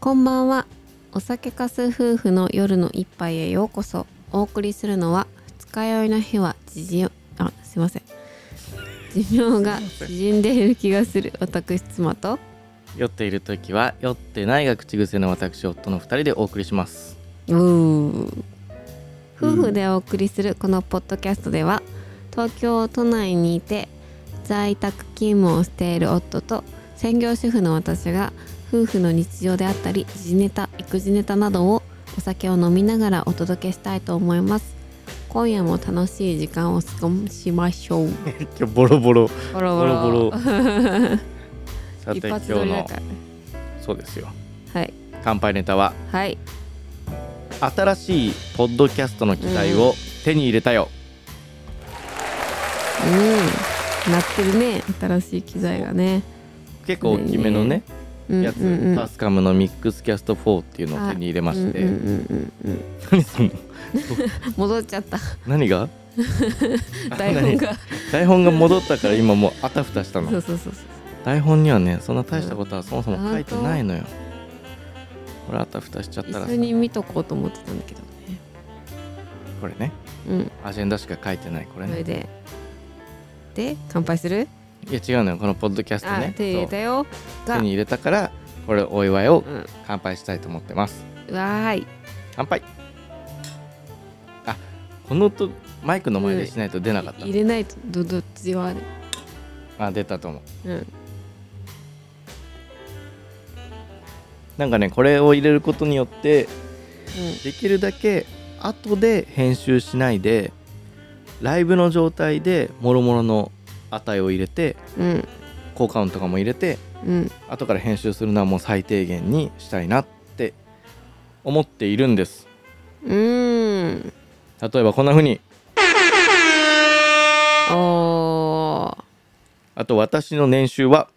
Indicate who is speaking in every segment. Speaker 1: こんばんはお酒かす夫婦の夜の一杯へようこそお送りするのは二日酔いの日はじじよあすいません寿命が縮んでいる気がする私妻と
Speaker 2: 酔っている時は酔ってないが口癖の私夫の2人でお送りします
Speaker 1: うー夫婦でお送りするこのポッドキャストでは東京都内にいて在宅勤務をしている夫と専業主婦の私が夫婦の日常であったり時事ネタ育児ネタなどをお酒を飲みながらお届けしたいと思います今夜も楽しい時間を過ごしましょう
Speaker 2: 今日ボロボロ
Speaker 1: ボロ
Speaker 2: ボロボ ロさ
Speaker 1: 一
Speaker 2: て今
Speaker 1: 発
Speaker 2: 日
Speaker 1: 撮りだ
Speaker 2: の
Speaker 1: から
Speaker 2: そうですよ
Speaker 1: はい
Speaker 2: 乾杯ネタは
Speaker 1: はい
Speaker 2: 新しいポッドキャストの機材を手に入れたよ、
Speaker 1: うんなってるね新しい機材がね
Speaker 2: 結構大きめのね
Speaker 1: うん
Speaker 2: やつ、
Speaker 1: うんうん
Speaker 2: タスカムのミックスキャスト4っていうのを手に入れまして、
Speaker 1: うんうんうんうんうん
Speaker 2: 何その
Speaker 1: 戻っちゃ った
Speaker 2: 何が
Speaker 1: 台本が
Speaker 2: 何台本が戻ったから今もうあたふたし
Speaker 1: そ
Speaker 2: た
Speaker 1: う
Speaker 2: の
Speaker 1: そうそうそう
Speaker 2: 台本にはねそんな大したことはそもそも書いてないのよこれあたふたしちゃっ
Speaker 1: 一
Speaker 2: たら
Speaker 1: 緒に見とこうと思ってたんだけどね
Speaker 2: これね
Speaker 1: うん
Speaker 2: アジェンダしか書いてないこれ
Speaker 1: それ
Speaker 2: ね
Speaker 1: でで乾杯する
Speaker 2: いや違うのよこのポッドキャスト
Speaker 1: あ
Speaker 2: ね
Speaker 1: 手入れたよ
Speaker 2: そう
Speaker 1: が
Speaker 2: 手に入れたからこれお祝いを
Speaker 1: うん
Speaker 2: 乾杯したいと思ってます
Speaker 1: わーい
Speaker 2: 乾杯あこの音マイクの前でしないと出なかった、
Speaker 1: 入れないとどどっちは
Speaker 2: あ出たと思う
Speaker 1: うん
Speaker 2: なんかねこれを入れることによって
Speaker 1: う
Speaker 2: できるだけ後で編集しないでライブの状態でもろもろの値を入れて
Speaker 1: んうん
Speaker 2: 効果音とかも入れて
Speaker 1: うん
Speaker 2: 後から編集するのはもう最低限にしたいなって思っているんです
Speaker 1: うーん
Speaker 2: 例えばこんな風に
Speaker 1: おー
Speaker 2: あと私の年収は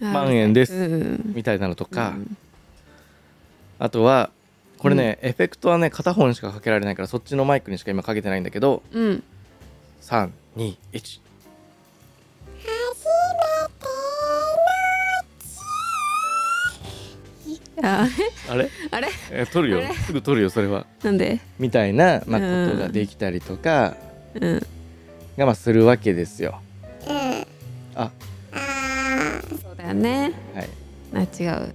Speaker 2: 万円です
Speaker 1: うん
Speaker 2: みたいなのとか、
Speaker 1: うん
Speaker 2: あとはこれね、エフェクトはね片方にしかかけられないからそっちのマイクにしか今かけてないんだけど
Speaker 1: うん
Speaker 2: 321
Speaker 1: あ
Speaker 2: あれ
Speaker 1: あれ
Speaker 2: え撮るよ
Speaker 1: あれ
Speaker 2: すぐ撮るよそれは
Speaker 1: なんで
Speaker 2: みたいな、まあ、
Speaker 1: うん
Speaker 2: ことができたりとか
Speaker 1: うん
Speaker 2: がまあするわけですよ。あ
Speaker 1: そうだよね
Speaker 2: はい
Speaker 1: あ違う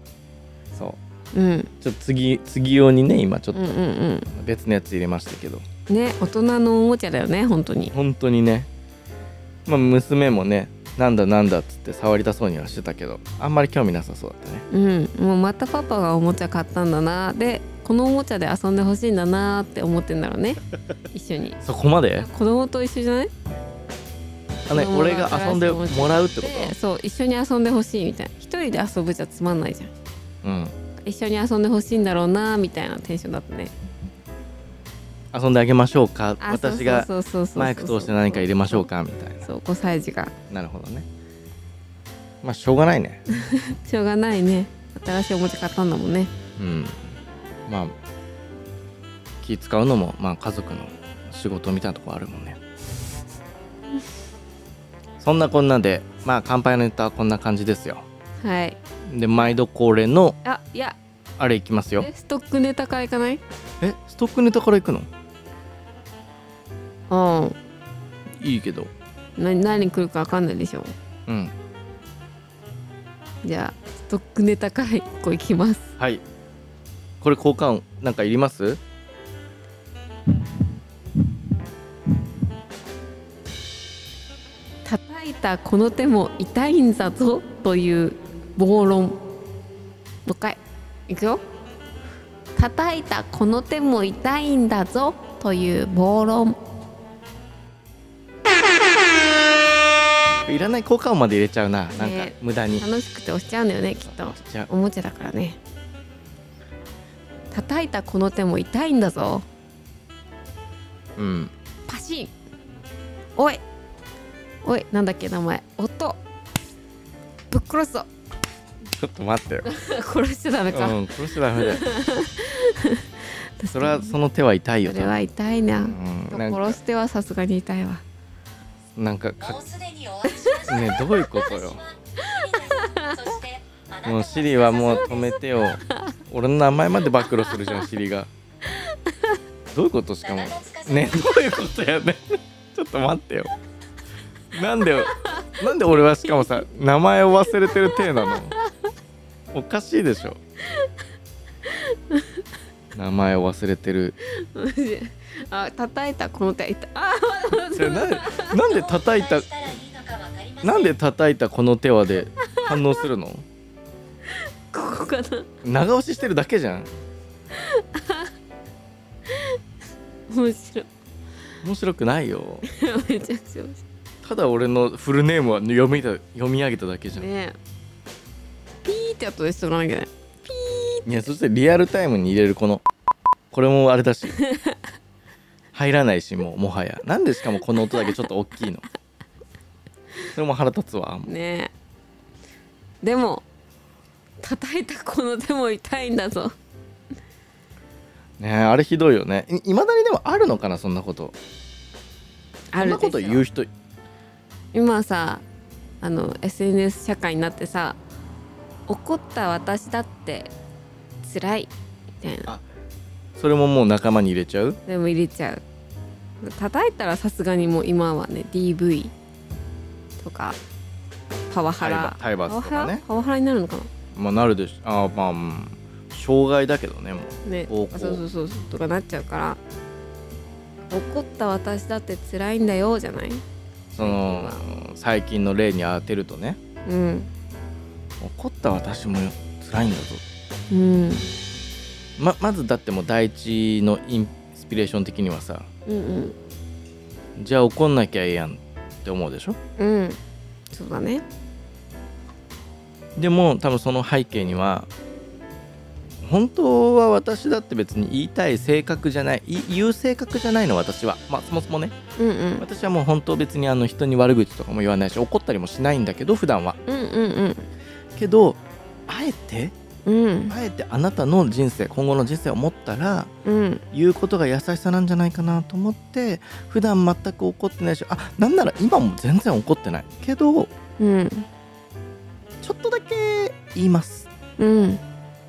Speaker 2: そ
Speaker 1: うん
Speaker 2: うちょっと次次用にね今ちょっ
Speaker 1: う
Speaker 2: と
Speaker 1: んうん
Speaker 2: 別のやつ入れましたけど
Speaker 1: うんね大人のおもちゃだよね本当に
Speaker 2: 本当にね、まあ、娘もねなんだなんだっつって触りたそうにはしてたけどあんまり興味なさそうだったね。
Speaker 1: うん、もうまたパパがおもちゃ買ったんだなでこのおもちゃで遊んでほしいんだなって思ってんだろう ね一緒に
Speaker 2: そこまで
Speaker 1: 子供と一緒じゃない
Speaker 2: あね、
Speaker 1: 子供が
Speaker 2: 俺が遊んでもらうってこ
Speaker 1: でそう一緒に遊んでほしいみたいな一人で遊ぶじゃつまんないじゃん
Speaker 2: とうん
Speaker 1: 一緒に遊んでほしいんだろうなみたいなテンションだったね
Speaker 2: 遊んであげましょうか
Speaker 1: あ
Speaker 2: 私が
Speaker 1: そうそうそうそうそう
Speaker 2: マイク通して何か入れましょうかみたいな
Speaker 1: そう5歳児が
Speaker 2: なるほどねまあしょうがないね
Speaker 1: しょうがないね新しいおもちゃ買ったんだもんね
Speaker 2: うんまあ気使うのもまあ家族の仕事みたいなとこあるも んねそんなこんなでまあ乾杯のネタはこんな感じですよ
Speaker 1: はい
Speaker 2: で毎度恒例の
Speaker 1: あいや
Speaker 2: あれいきますよ
Speaker 1: えストックネタ買いかない
Speaker 2: えストックネタからいくの
Speaker 1: うん
Speaker 2: いいけど
Speaker 1: な何来るか分かんないでしょ
Speaker 2: うん
Speaker 1: じゃあストックネタから一個いきます
Speaker 2: はいこれ交換なんかいります
Speaker 1: 叩いたこの手も痛いんだぞという暴論もう一回いくよ叩いたこの手も痛いんだぞという暴論
Speaker 2: いらない効果音まで入れちゃうな、なんか
Speaker 1: ね
Speaker 2: 無駄に。
Speaker 1: 楽しくて押しちゃうんだよねきっと
Speaker 2: じゃ
Speaker 1: おもちゃだからね叩いたこの手も痛いんだぞ
Speaker 2: あうん、
Speaker 1: パシンおいおいなんだっけ名前音ぶっ殺すぞ
Speaker 2: ちょっと待ってよ。
Speaker 1: 殺しちゃダメか、
Speaker 2: うん、殺しちゃダメ だよ。それはその手は痛いよ。
Speaker 1: それは痛いな、
Speaker 2: うん、なんか
Speaker 1: 殺してはさすがに痛いわ
Speaker 2: なんかか
Speaker 3: もうすでにお会いしました。
Speaker 2: ねどういうことよ。
Speaker 3: 私はシリですそしてあなた
Speaker 2: もうシリはもう止めてよ。俺の名前まで暴露するじゃん尻がどういうことしかもねどういうことやねちょっと待ってよなんでなんで俺はしかもさ名前を忘れてる体なのおかしいでしょ名前を忘れてる
Speaker 1: マジで あ叩いたこの手痛いあ
Speaker 2: それなんなんで叩いたなんで叩いたこの手はで反応するの
Speaker 1: ここかな
Speaker 2: 長押ししてるだけじゃん
Speaker 1: 面白い
Speaker 2: 面白くないよ
Speaker 1: めちゃくちゃ面
Speaker 2: ただ俺のフルネームは読みた読み上げただけじゃ
Speaker 1: 白い
Speaker 2: ん、
Speaker 1: ねピーって音でしとらなきゃね
Speaker 2: いやそしてリアルタイムに入れるこのこれもあれ だし入らないしもうもはやなんでしかもこの音だけちょっと大きいのそれも腹立つわもう
Speaker 1: ねえでも叩いたこの手も痛いんだぞ
Speaker 2: ねえあれひどいよねいいまだにでもあるのかなそんなこと
Speaker 1: あ
Speaker 2: そん
Speaker 1: る
Speaker 2: な
Speaker 1: でしょ
Speaker 2: こと言う人い
Speaker 1: 今さあの SNS 社会になってさ怒った私だって辛いみたいな
Speaker 2: それももう仲間に入れちゃう
Speaker 1: でも入れちゃう叩いたらさすがにもう今はね DV とかパワハラ
Speaker 2: 体罰体罰とかね
Speaker 1: パワハラパワハラになるのかな
Speaker 2: まあなるでしああまあ、うん、障害だけどねもう
Speaker 1: ね
Speaker 2: 暴行
Speaker 1: あそうそうそうそうとかなっちゃうから怒った私だって辛いんだよじゃない
Speaker 2: その最近の例に当てるとね
Speaker 1: うん
Speaker 2: 怒った私も辛いんだぞ
Speaker 1: うん
Speaker 2: ままずだってもう第一のインスピレーション的にはさ
Speaker 1: うん
Speaker 2: じゃあ怒んなきゃええやんって思うでしょ
Speaker 1: うんうんそうだね
Speaker 2: でも多分その背景には本当は私だって別に言いたい性格じゃないい言う性格じゃないの私はまあそもそもね
Speaker 1: うんうん
Speaker 2: 私はもう本当別にあの人に悪口とかも言わないし怒ったりもしないんだけど普段は
Speaker 1: うんうん
Speaker 2: けどあえて
Speaker 1: うんうん
Speaker 2: あえてあなたの人生今後の人生を持ったら
Speaker 1: うん
Speaker 2: 言うことが優しさなんじゃないかなと思って普段全く怒ってないしあなんなら今も全然怒ってないけど
Speaker 1: うん
Speaker 2: ちょっとだけ言います
Speaker 1: うん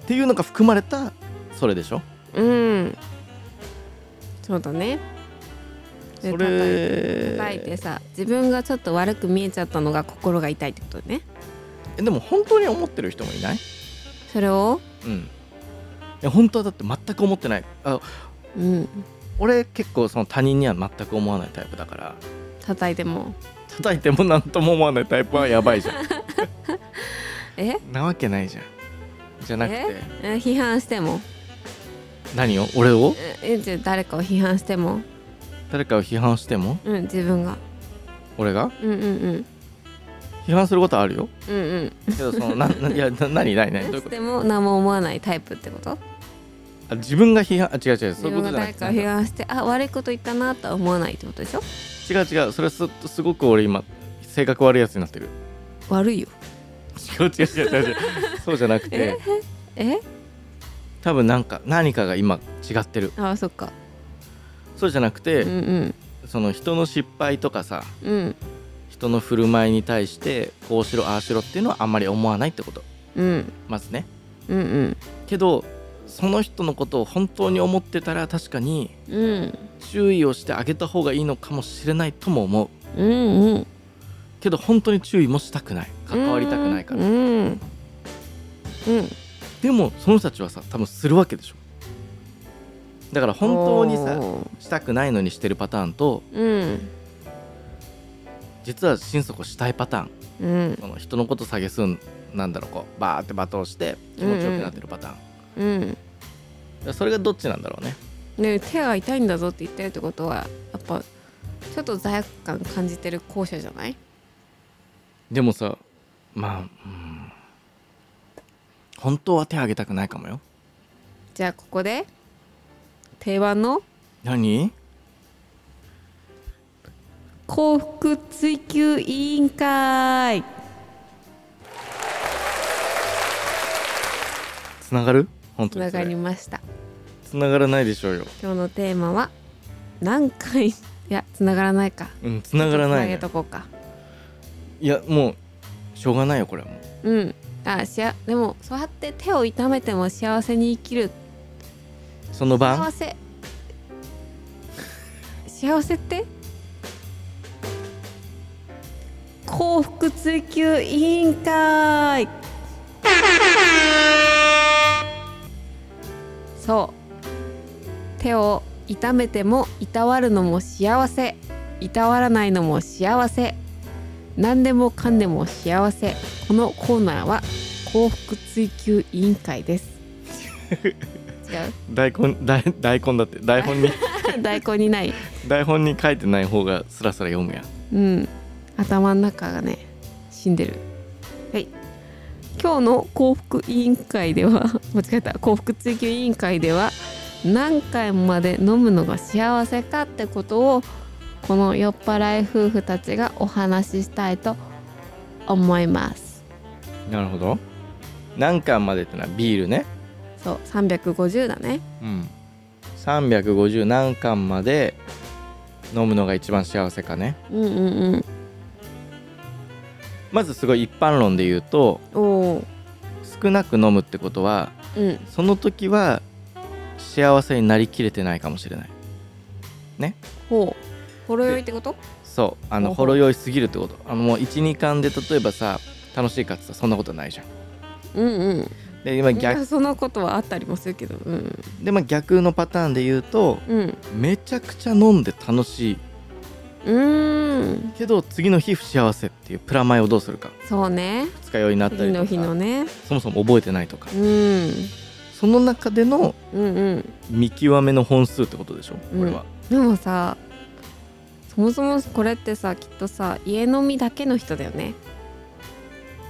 Speaker 2: っていうのが含まれたそれでしょ
Speaker 1: うんそうだねで
Speaker 2: そ
Speaker 1: 叩い
Speaker 2: れ
Speaker 1: 叩いてさ自分がちょっと悪く見えちゃったのが心が痛いってことね
Speaker 2: えでも本当に思ってる人もいない
Speaker 1: それを
Speaker 2: うんいや本当はだって全く思ってないあ
Speaker 1: うん
Speaker 2: 俺結構その他人には全く思わないタイプだから
Speaker 1: 叩いても
Speaker 2: 叩いても何とも思わないタイプはやばいじゃん
Speaker 1: え
Speaker 2: なわけないじゃんじゃなくて
Speaker 1: え批判しても
Speaker 2: 何を俺を
Speaker 1: ええじゃあ誰かを批判しても
Speaker 2: 誰かを批判しても
Speaker 1: うん自分が
Speaker 2: 俺が
Speaker 1: うんうんうん
Speaker 2: 批判することあるよ
Speaker 1: うんうん
Speaker 2: けどそのなないやな何何何どういうこ
Speaker 1: して
Speaker 2: と
Speaker 1: も何も思わないタイプってこと
Speaker 2: あ自分が批判あ違う違うそ
Speaker 1: 自
Speaker 2: ういう
Speaker 1: 分が
Speaker 2: ことじゃな
Speaker 1: 誰
Speaker 2: くて
Speaker 1: かを批判してあ悪いこと言ったなとは思わないってことでしょ
Speaker 2: 違う違うそれすすごく俺今性格悪いやつになってる
Speaker 1: 悪いよ
Speaker 2: 違う違う違う違う違うそうじゃなくて
Speaker 1: え
Speaker 2: 多分なんか何かが今違ってる
Speaker 1: あそっか
Speaker 2: そうじゃなくて、
Speaker 1: うんうん
Speaker 2: その人の失敗とかさ
Speaker 1: うん
Speaker 2: 人の振る舞いに対してこうしろああしろっていうのはあんまり思わないってこと
Speaker 1: うん
Speaker 2: まずね
Speaker 1: うんうん
Speaker 2: けどその人のことを本当に思ってたら確かに
Speaker 1: うん
Speaker 2: 注意をしてあげた方がいいのかもしれないとも思う
Speaker 1: うんうん
Speaker 2: けど本当に注意もしたくない関わりたくないから
Speaker 1: うんうんうん
Speaker 2: でもその人たちはさ多分するわけでしょだから本当にさ
Speaker 1: おー
Speaker 2: したくないのにしてるパターンと
Speaker 1: うん
Speaker 2: 実は心底したいパターン
Speaker 1: うん
Speaker 2: その人のこと下げすんなんだろうこうバーって罵倒して気持ちよくなってるパターン、
Speaker 1: うん
Speaker 2: だからそれがどっちなんだろうね
Speaker 1: ね手が痛いんだぞって言ってるってことはやっぱちょっと罪悪感感じてる後者じゃない
Speaker 2: でもさまあうん本当は手挙げたくないかもよ
Speaker 1: じゃあここで定番の
Speaker 2: 何
Speaker 1: 幸福追求委員会
Speaker 2: つながる本
Speaker 1: つ
Speaker 2: 当
Speaker 1: な
Speaker 2: にそ
Speaker 1: が
Speaker 2: れ
Speaker 1: りました
Speaker 2: つながらないでしょうよ
Speaker 1: 今日のテーマは何回いやつながらないか
Speaker 2: うんつながらない、
Speaker 1: ちょっとつなげと、こ
Speaker 2: ね
Speaker 1: うか
Speaker 2: いやもうしょうがないよこれはもう
Speaker 1: うんあしあでもそうやって手を痛めても幸せに生きる
Speaker 2: その
Speaker 1: 幸
Speaker 2: 晩
Speaker 1: せ幸せって幸福追求委員会そう手を痛めてもいたわるのも幸せいたわらないのも幸せ何でもかんでも幸せこのコーナーは幸福追求委員会です違う
Speaker 2: 大根大大根だって台本に
Speaker 1: 大根にない
Speaker 2: 台本に書いてない方がスラスラ読むやん
Speaker 1: うん頭の中がね死んでるはい今日の幸福委員会では 間違えた幸福追求委員会では何回まで飲むのが幸せかってことをこの酔っ払い夫婦たちがお話ししたいと思います
Speaker 2: なるほど何巻までってのはビールね
Speaker 1: そう350だね
Speaker 2: うん350何巻まで飲むのが一番幸せかね
Speaker 1: うんうん
Speaker 2: まずすごい一般論で言うと
Speaker 1: うんおー
Speaker 2: 少なく飲むってことは
Speaker 1: うん
Speaker 2: その時は幸せになりきれてないかもしれない
Speaker 1: ほうほろ酔いってこと
Speaker 2: そうあの
Speaker 1: ほ
Speaker 2: ほ
Speaker 1: うほう
Speaker 2: ろ酔いすぎるってことあのもう12巻で例えばさ楽しいかってさそんなことないじゃん
Speaker 1: うんうん
Speaker 2: で今
Speaker 1: いや
Speaker 2: 逆
Speaker 1: そんなことはあったりもするけどうん
Speaker 2: で、まあ、逆のパターンで言うと
Speaker 1: うん
Speaker 2: めちゃくちゃ飲んで楽しいう
Speaker 1: ーん
Speaker 2: けど次の日不幸せっていうプラマイをどうするか
Speaker 1: そうね
Speaker 2: 二日酔いになった
Speaker 1: 次
Speaker 2: り
Speaker 1: の
Speaker 2: と
Speaker 1: 日
Speaker 2: か
Speaker 1: のね
Speaker 2: そもそも覚えてないとか
Speaker 1: うんうん
Speaker 2: その中での
Speaker 1: うん
Speaker 2: 見極めの本数ってことでしょ
Speaker 1: うん
Speaker 2: これは、
Speaker 1: でもさそもそもこれってさきっとさ家飲みだけの人だよね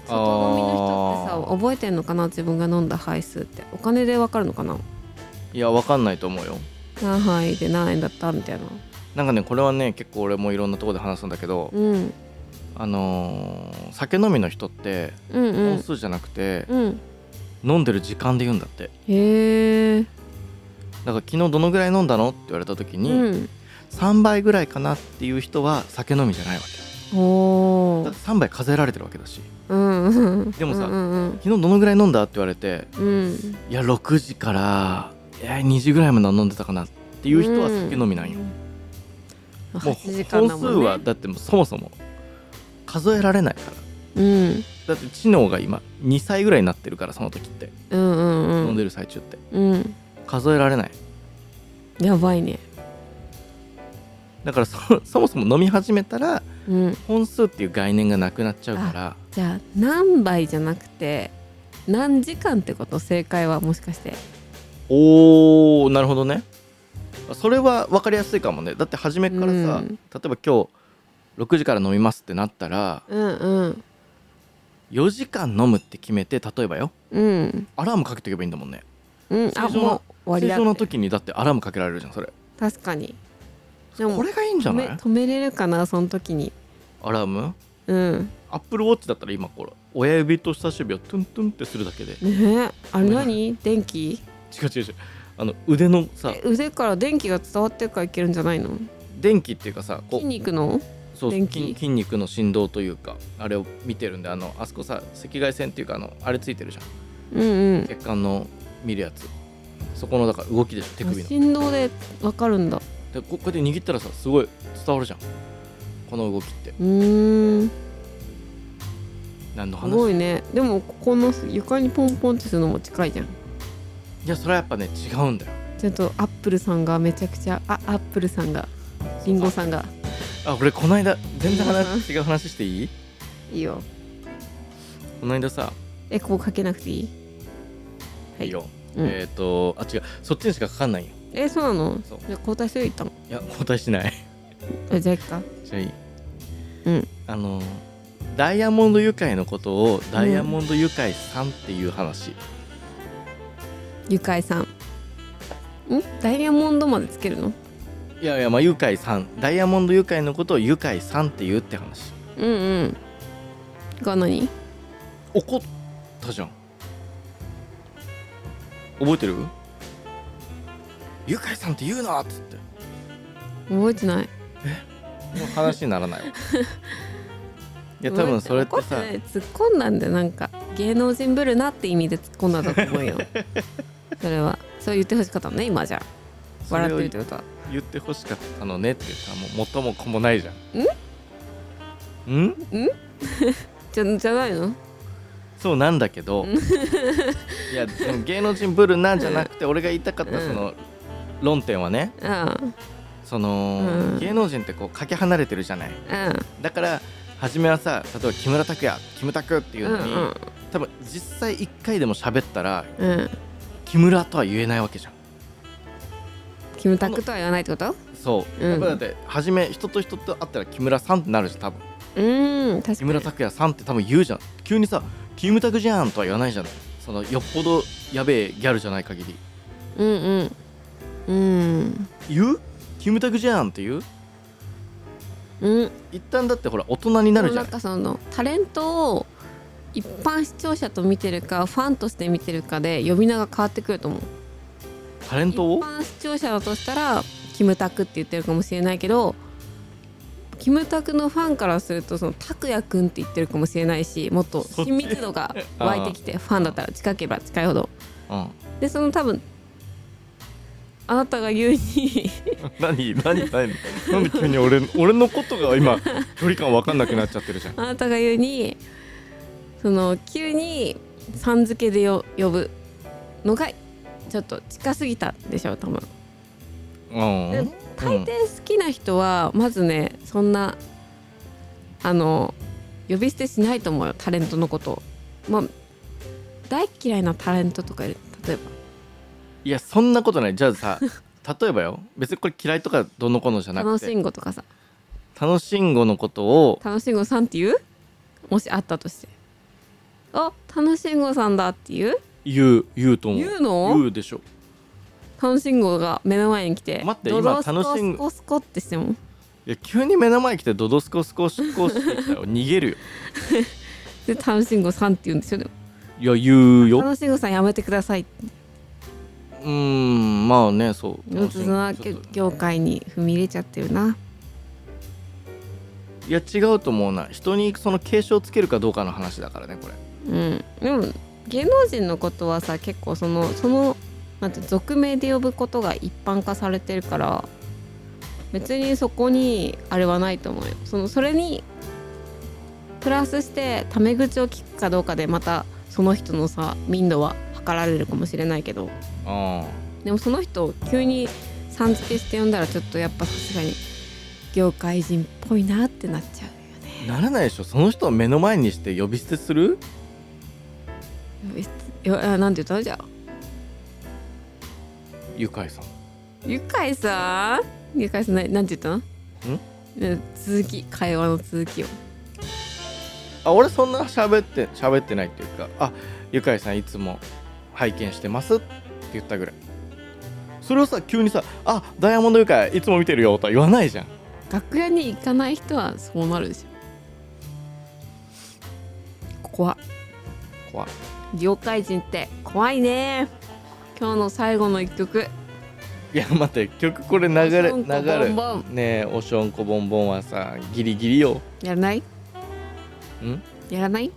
Speaker 2: あー
Speaker 1: 外飲みの人ってさ覚えてんのかな自分が飲んだ杯数ってお金でわかるのかない
Speaker 2: やわかんないと思うよ
Speaker 1: 何杯で何円だったみたいな
Speaker 2: なんかねこれはね結構俺もいろんなところで話すんだけど、
Speaker 1: うん
Speaker 2: あのー酒飲みの人って
Speaker 1: うんう
Speaker 2: 本
Speaker 1: ん
Speaker 2: 数じゃなくて、
Speaker 1: うん
Speaker 2: 飲んでる時間で言うんだって
Speaker 1: へえ
Speaker 2: だから昨日どのぐらい飲んだのって言われた時
Speaker 1: う
Speaker 2: に、
Speaker 1: ん
Speaker 2: 3倍ぐらいかなっていう人は酒飲みじゃないわけ
Speaker 1: お
Speaker 2: だっ
Speaker 1: ー
Speaker 2: て3倍数えられてるわけだし
Speaker 1: うんうん
Speaker 2: でもさ
Speaker 1: うんうん
Speaker 2: 昨日どのぐらい飲んだって言われて
Speaker 1: うんうん
Speaker 2: いや6時からいや2時ぐらいまで飲んでたかなっていう人は
Speaker 1: うん
Speaker 2: 酒飲みなんよ、もう
Speaker 1: 8時間
Speaker 2: 本
Speaker 1: だ
Speaker 2: 数
Speaker 1: もんね
Speaker 2: はだってもうそもそも数えられないから
Speaker 1: うん
Speaker 2: だって知能が今2歳ぐらいになってるからその時って
Speaker 1: うんうん
Speaker 2: 飲ん
Speaker 1: うん
Speaker 2: でる最中って
Speaker 1: うん
Speaker 2: 数えられない
Speaker 1: やばいね
Speaker 2: だからそそもそも飲み始めたら
Speaker 1: うん
Speaker 2: 本数っていう概念がなくなっちゃうから
Speaker 1: じゃあ何杯じゃなくて何時間ってこと正解はもしかして
Speaker 2: おーなるほどねそれは分かりやすいかもねだって初めからさ、
Speaker 1: うん
Speaker 2: 例えば今日6時から飲みますってなったら
Speaker 1: うんうん
Speaker 2: 4時間飲むって決めて例えばよ
Speaker 1: うん
Speaker 2: アラームかけとけばいいんだもんね
Speaker 1: うんあ
Speaker 2: 正常な
Speaker 1: もう終わり
Speaker 2: 正
Speaker 1: だ
Speaker 2: 常
Speaker 1: っ
Speaker 2: な
Speaker 1: て
Speaker 2: 時にだってアラームかけられるじゃんそれ
Speaker 1: 確かにでも
Speaker 2: これがいいんじゃ
Speaker 1: 止
Speaker 2: な
Speaker 1: め
Speaker 2: い
Speaker 1: 止めれるかなその時に
Speaker 2: アラーム
Speaker 1: うん
Speaker 2: アップルウォッチだったら今これ親指と人差し指をトゥントゥンってするだけで違
Speaker 1: ねえあれ
Speaker 2: ごめん
Speaker 1: 何電気
Speaker 2: う違う違うあの腕のさ
Speaker 1: え腕から電気が伝わってるからいけるんじゃないの
Speaker 2: 電気っていうかさこう
Speaker 1: 筋肉の
Speaker 2: そう
Speaker 1: 電
Speaker 2: 筋
Speaker 1: 気
Speaker 2: 筋肉の振動というかあれを見てるんであのあそこさ赤外線っていうかあのあれついてるじゃん
Speaker 1: うんうん
Speaker 2: 血管の見るやつそこのだから動きでしょ手首ので
Speaker 1: 振動でわかるんだ
Speaker 2: ここうやって握ったらさすごい伝わるじゃんこの動きって
Speaker 1: うーん
Speaker 2: 何の
Speaker 1: す
Speaker 2: 話
Speaker 1: ごいねでもここの床にポンポンってするのも近いじゃん
Speaker 2: いやそれはやっぱね違うんだよ
Speaker 1: ちょっとアップルさんがめちゃくちゃあアップルさんがリンゴさんが
Speaker 2: あ俺この間全然話違う話していい
Speaker 1: いいよ
Speaker 2: この間さ
Speaker 1: えここかけなくていいはい
Speaker 2: いいよ、
Speaker 1: うん
Speaker 2: えっ、とあ違うそっちにしか書かんないよ
Speaker 1: えそうなの
Speaker 2: そう
Speaker 1: じゃあ交代しておいたの
Speaker 2: いや交代しない
Speaker 1: あじゃあいっか
Speaker 2: じゃあいい
Speaker 1: うん
Speaker 2: あのダイヤモンド愉快のことをダイヤモンド愉快さんっていう話、
Speaker 1: ゆかいさんんダイヤモンドまでつけるの
Speaker 2: いやいやまあ愉快さんダイヤモンド愉快のことを愉快さんって言うって話
Speaker 1: うんうんが何
Speaker 2: 怒ったじゃん覚えてるゆかいさんって言うなっつって
Speaker 1: 覚えてない
Speaker 2: もう話にならないわいや多分それっ
Speaker 1: 怒
Speaker 2: て
Speaker 1: って
Speaker 2: さ
Speaker 1: ない突っ込んだんでなんか芸能人ぶるなって意味で突っ込んだんだと思う よそれはそう言ってほしかったのね今じゃ
Speaker 2: そ
Speaker 1: 笑
Speaker 2: れ
Speaker 1: って
Speaker 2: を
Speaker 1: るってことは
Speaker 2: 言ってほしかったのねっていうさもう元も子もないじゃんんん
Speaker 1: じゃじゃないの
Speaker 2: そうなんだけ どいやでも芸能人ブルなんじゃなくて俺が言いたかったその論点はね
Speaker 1: あ
Speaker 2: その、
Speaker 1: うん
Speaker 2: 芸能人ってこうかけ離れてるじゃない
Speaker 1: あ
Speaker 2: だから初めはさ例えば木村拓哉キムタクっていううん
Speaker 1: う
Speaker 2: のに、
Speaker 1: ん
Speaker 2: 多分実際1回でも喋ったら
Speaker 1: うんうん
Speaker 2: 木村とは言えないわけじゃん
Speaker 1: キムタクとは言わないってこと
Speaker 2: そう、
Speaker 1: うん
Speaker 2: やっぱだって初め人と人と会ったら木村さんってなるじゃん多分
Speaker 1: うーん確か
Speaker 2: 木
Speaker 1: に
Speaker 2: 村拓哉さんって多分言うじゃん急にさ「キムタクじゃん」とは言わないじゃんそのよっぽどやべえギャルじゃない限り
Speaker 1: うんうんうん
Speaker 2: 言うキムタクじゃんって言う
Speaker 1: うん
Speaker 2: 一旦だってほら大人になるじゃ
Speaker 1: なん
Speaker 2: ん
Speaker 1: かそのタレントを一般視聴者と見てるかファンとして見てるかで呼び名が変わってくると思う
Speaker 2: タレントを
Speaker 1: 一般視聴者だとしたらキムタクって言ってるかもしれないけどキムタクのファンからするとそのタクヤくんって言ってるかもしれないしもっと
Speaker 2: そっち
Speaker 1: 親密度が湧いてきてファンだったら近ければ近いほど
Speaker 2: うん
Speaker 1: でその多分あなたが言うに
Speaker 2: 何 何何なんで急に俺俺のことが 今距離感分かんなくなっちゃってるじゃん
Speaker 1: あなたが言うにその急にさん付けでよ呼ぶのがちょっと近すぎたでしょ多分
Speaker 2: うん
Speaker 1: で大抵好きな人はまずねそんなあの呼び捨てしないと思うよタレントのことをまあ大っ嫌いなタレントとかいる例えば
Speaker 2: いやそんなことないじゃあさ例えばよ別にこれ嫌いとかどうのこうのじゃな
Speaker 1: 楽
Speaker 2: く
Speaker 1: してんごとかさ
Speaker 2: 楽しんごのことを
Speaker 1: 楽しんごさんっていうもしあったとしてあ楽しんごさんだっていう
Speaker 2: 言う言うと思う
Speaker 1: 言うの
Speaker 2: 言うでしょ
Speaker 1: 楽しんごが目の前に来て
Speaker 2: 待って
Speaker 1: ドロス
Speaker 2: 今
Speaker 1: コ
Speaker 2: 楽しん
Speaker 1: スコスコってしても
Speaker 2: いや急に目の前に来てドドスコスコスコしてきたら逃げるよ
Speaker 1: で楽しんごさんって言うんですよでも
Speaker 2: いや言うよう
Speaker 1: 楽しんごさんやめてくださいって
Speaker 2: ーんまあねそう
Speaker 1: 四つの
Speaker 2: ちょっと
Speaker 1: 業界に踏み入れちゃってるない
Speaker 2: や違うと思うな人にその警鐘をつけるかどうかの話だからねこれ
Speaker 1: うん、でも芸能人のことはさ結構そのそのなんて俗名で呼ぶことが一般化されてるから別にそこにあれはないと思うよそのそれにプラスしてタメ口を聞くかどうかでまたその人のさ民度は測られるかもしれないけど
Speaker 2: あ
Speaker 1: でもその人を急にさん付けして呼んだらちょっとやっぱさすがに業界人っぽいなってなっちゃうよね
Speaker 2: あならないでしょその人を目の前にして呼び捨てする
Speaker 1: いやいやなんて言ったのじゃあ
Speaker 2: ゆかいさん
Speaker 1: ゆかいさんゆかいさんななんて言ったの
Speaker 2: ん
Speaker 1: ね続き会話の続きを
Speaker 2: あ俺そんな喋って喋ってないっていうかあゆかいさんいつも拝見してますって言ったぐらいそれをさ急にさ「あダイヤモンドゆかいいつも見てるよ」とは言わないじゃん
Speaker 1: 楽屋に行かない人はそうなるでしょ怖い
Speaker 2: 怖い
Speaker 1: 業界人って怖いね今日の最後の一曲
Speaker 2: いや待って曲これ流
Speaker 1: おし
Speaker 2: れ
Speaker 1: ょん
Speaker 2: 流
Speaker 1: こボ
Speaker 2: れ
Speaker 1: ンボン
Speaker 2: ねえおしょんこぼんぼんはさギリギリよ
Speaker 1: やらない
Speaker 2: ん
Speaker 1: やらない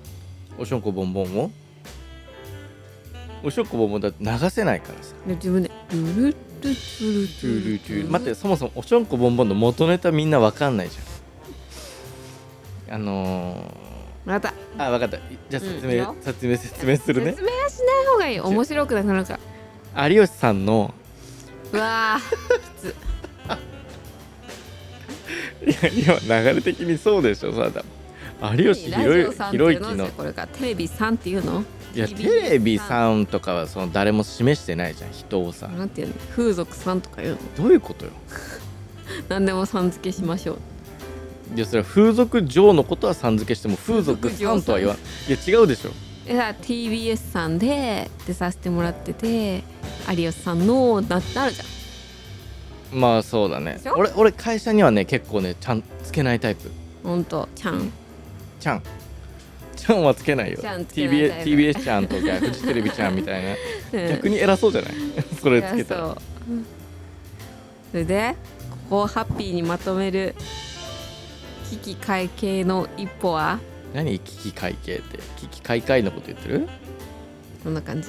Speaker 2: おしょんこぼんぼんをおしょんこぼんぼんだって流せないからさ
Speaker 1: で自分で「ルルルルル
Speaker 2: トゥルトゥル
Speaker 1: ル
Speaker 2: 待ってそもそもおしょんこぼんぼんの元ネタみんなわかんないじゃんあの
Speaker 1: また
Speaker 2: ー、あわかったじゃあ説
Speaker 1: うんいい
Speaker 2: 明、
Speaker 1: よ
Speaker 2: 説明説明するね
Speaker 1: 説明はしない方がいい面白くなくなるから
Speaker 2: 有吉さんの
Speaker 1: うわーきつ
Speaker 2: いや今流れ的にそうでしょさだ有吉
Speaker 1: ラジオ
Speaker 2: 弘
Speaker 1: さん
Speaker 2: 行
Speaker 1: っていう
Speaker 2: 之
Speaker 1: の
Speaker 2: の
Speaker 1: これからテレビさんっていうの
Speaker 2: いやテ
Speaker 1: TV
Speaker 2: レビさんとかはその誰も示してないじゃん人をさ
Speaker 1: なんていうの風俗さんとかいうの
Speaker 2: どういうことよ
Speaker 1: 何でもさん付けしましょう
Speaker 2: いやそれは風俗嬢のことはさん付けしても風俗さんとは言わんいや違うでしょ
Speaker 1: えだから TBS さんで出させてもらってて有吉さんのななるじゃん
Speaker 2: まあそうだね
Speaker 1: でしょ
Speaker 2: 俺俺会社にはね結構ねちゃんつけないタイプ
Speaker 1: ほんとちゃん
Speaker 2: ちゃんちゃんはつけないよ
Speaker 1: ちゃんつけないタ
Speaker 2: TBS,
Speaker 1: イプ
Speaker 2: TBS ちゃんとか フジテレビちゃんみたいな逆
Speaker 1: に
Speaker 2: に偉そうじ ゃないそれつけた
Speaker 1: そ
Speaker 2: ら
Speaker 1: ううんそれでここをハッピーにまとめる危機会計の一歩は
Speaker 2: 何危機会計って危機開会のこと言ってる
Speaker 1: そんな感じ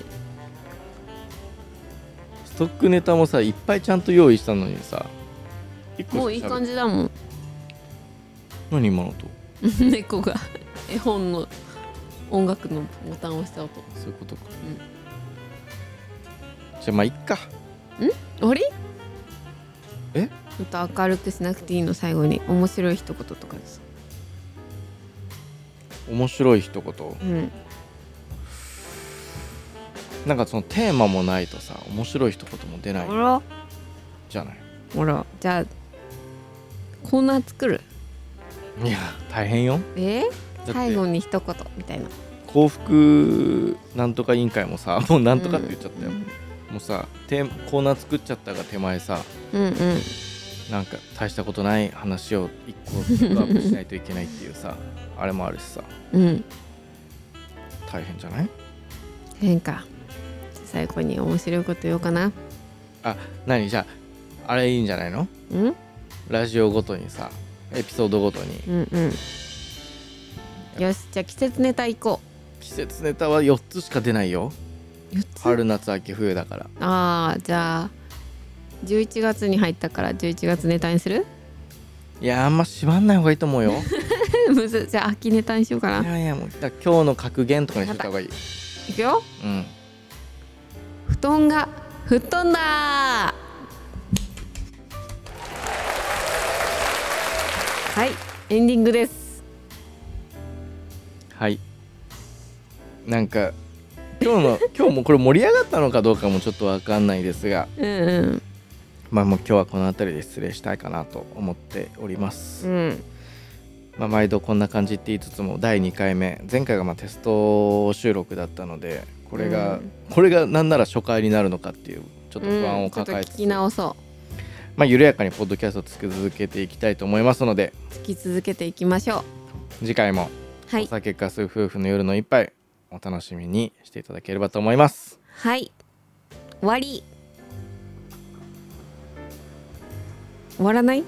Speaker 2: ストックネタもさいっぱいちゃんと用意したのにさ一個しか
Speaker 1: もういい感じだもん
Speaker 2: 何今の音
Speaker 1: 猫が絵本の音楽のボタンを押した音
Speaker 2: そういうことか、
Speaker 1: うん
Speaker 2: じゃあまあいっか
Speaker 1: 終わり
Speaker 2: え
Speaker 1: ちょっと明るくしなくていいの最後に面白い一言とかでさ
Speaker 2: 面白い一言
Speaker 1: うん
Speaker 2: なんかそのテーマもないとさ面白い一言も出ない
Speaker 1: あら
Speaker 2: じゃない
Speaker 1: あらじゃあコーナー作る
Speaker 2: いや大変よ
Speaker 1: え
Speaker 2: だって
Speaker 1: 最後に一言みたいな
Speaker 2: 幸福なんとか委員会もさもうなんとかって言っちゃったよ、もうさテーマコーナー作っちゃったが手前さ
Speaker 1: うんうん
Speaker 2: なんか大したことない話を一個ピックアップしないといけないっていう さあれもあるしさ
Speaker 1: うん、うん
Speaker 2: 大変じゃない
Speaker 1: 変か最後に面白いこと言おうかな
Speaker 2: 何じゃああれいいんじゃないの
Speaker 1: うんうん
Speaker 2: ラジオごとにさエピソードごとに
Speaker 1: うんよしじゃあ季節ネタ行こ
Speaker 2: 季節ネタは4つしか出ないよ
Speaker 1: う4つ
Speaker 2: 春夏秋冬だから
Speaker 1: ああじゃあ11月に入ったから11月ネタにする
Speaker 2: いやあんま縛んない方がいいと思うよ
Speaker 1: むずじゃあ秋ネタにしようか
Speaker 2: い
Speaker 1: な
Speaker 2: やいやもうだから今日の格言とかにしといた方がいい
Speaker 1: いくよ
Speaker 2: うん
Speaker 1: 布団が吹っ飛んだはいエンディングです
Speaker 2: はいなんか今日の 今日もこれ盛り上がったのかどうかもちょっとわかんないですが
Speaker 1: うんうん
Speaker 2: まあもう今日はこの辺りで失礼したいかなと思っております、
Speaker 1: うん
Speaker 2: まあ、毎度こんな感じって言いつつも第2回目前回がまあテスト収録だったのでこれ
Speaker 1: う
Speaker 2: が、
Speaker 1: ん
Speaker 2: これが何なら初回になるのかっていうちょっと不安
Speaker 1: う
Speaker 2: を
Speaker 1: んちょっと
Speaker 2: 抱え
Speaker 1: 聞
Speaker 2: つつ、
Speaker 1: き直そ
Speaker 2: まあ、緩やかにポッドキャストを続けていきたいと思いますので
Speaker 1: う聞き続けていきましょ
Speaker 2: 次回も
Speaker 1: うは
Speaker 2: お
Speaker 1: い
Speaker 2: 酒かす夫婦の夜の一杯お楽しみにしていただければと思います。
Speaker 1: はい終わり終わらない